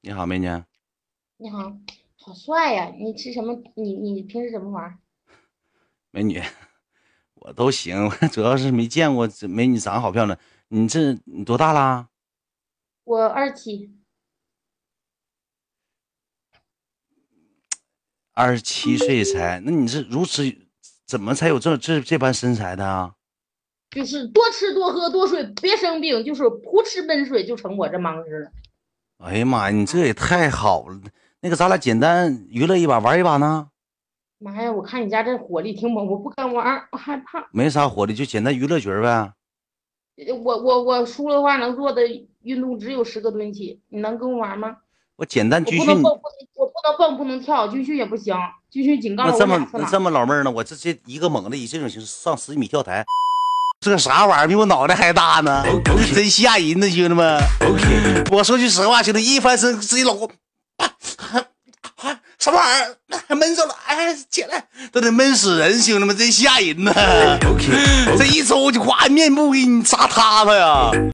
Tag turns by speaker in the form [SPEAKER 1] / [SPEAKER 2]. [SPEAKER 1] 你好，美女。
[SPEAKER 2] 你好，好帅呀！你吃什么？你你平时怎么玩儿？
[SPEAKER 1] 美女， 我都行， 我主要是没见过这美女，长得好漂亮。你这你多大啦？
[SPEAKER 2] 我二七，
[SPEAKER 1] 二十
[SPEAKER 2] 嗯
[SPEAKER 1] 七岁才，那你是如此怎么才有这这这般身材的啊？
[SPEAKER 2] 就是多吃多喝多睡，别生病，就是胡吃闷睡，就成我这盲人了。
[SPEAKER 1] 哎呀妈呀，你这也太好了！那个咱俩简单娱乐一把，玩一把呢？
[SPEAKER 2] 妈呀，我看你家这火力挺猛，我不敢玩儿，我害怕。
[SPEAKER 1] 没啥火力，就简单娱乐局儿呗。
[SPEAKER 2] 呃我我我输了的话，能做的运动只有十个蹲起，你能跟我玩吗？
[SPEAKER 1] 我简单
[SPEAKER 2] 我
[SPEAKER 1] 军
[SPEAKER 2] 不
[SPEAKER 1] 训
[SPEAKER 2] 能
[SPEAKER 1] 你，
[SPEAKER 2] 蹦，不能我不能蹦，不能跳，军训也不行，军训警告
[SPEAKER 1] 那
[SPEAKER 2] 了
[SPEAKER 1] 这
[SPEAKER 2] 我俩
[SPEAKER 1] 么
[SPEAKER 2] 次
[SPEAKER 1] 那
[SPEAKER 2] 了。
[SPEAKER 1] 这么老妹儿呢？我这这一个猛的以这种形式上十米跳台，这个啥玩意儿比我脑袋还大呢？这真吓人呢，兄弟们！我说句实话，兄弟，一翻身自己老公，啊什么玩意儿？还闷着了，哎，起来，都得闷死人，兄弟们，真吓人呐！这一周就夸面部给你砸塌了呀！